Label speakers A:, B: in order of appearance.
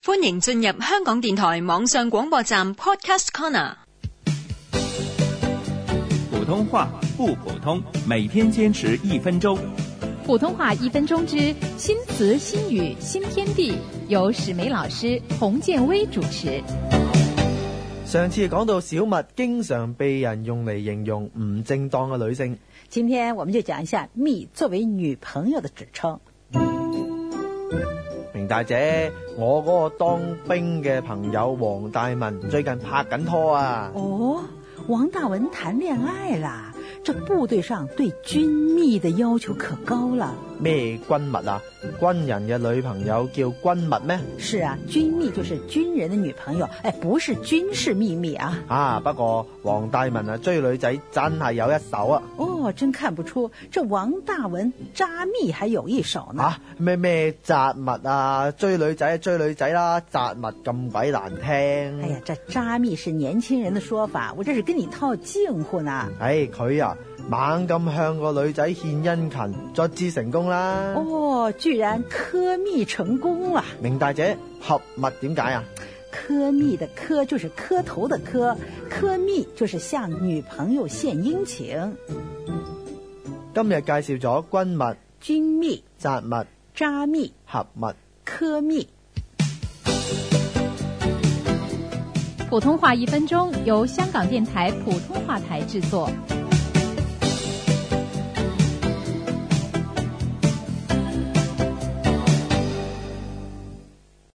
A: 歡迎進入香港電台網上廣播站 Podcast Corner。
B: 普通話不普通，每天堅持一分鐘。
C: 普通話一分鐘之新詞新語新天地，由史梅老師洪建威主持。
D: 上次講到小蜜經常被人用嚟形容唔正當嘅女性，
E: 今天我們就講一下蜜作為女朋友的指稱。
D: 明大姐，我嗰個當兵嘅朋友黃大文最近拍緊拖啊！
E: 哦，王大文談戀愛啦，這部隊上對軍蜜的要求可高了。
D: 咩軍蜜啊？軍人嘅女朋友叫軍蜜咩？
E: 是啊，軍蜜就是軍人的女朋友，哎，不是軍事秘密啊。
D: 啊，不過黃大文啊追女仔真係有一手啊！
E: 哦，真看不出這王大文渣蜜還有一手呢。
D: 啊，咩咩雜物啊，追女仔追女仔啦，雜物咁鬼難聽。
E: 哎呀，這渣蜜是年輕人的說法，我這是跟你套近乎呢。
D: 唉，佢啊猛咁向個女仔獻殷勤，卒之成功啦。
E: 哦，居然科蜜成功了。
D: 明大姐，合物點解啊？
E: 磕蜜的磕就是磕頭的磕，磕蜜就是向女朋友献殷勤。
D: 今日介紹咗軍物、
E: 君蜜、
D: 雜物、
E: 渣蜜、
D: 合物。
E: 磕蜜。
C: 普通話一分鐘由香港電台普通話台製作。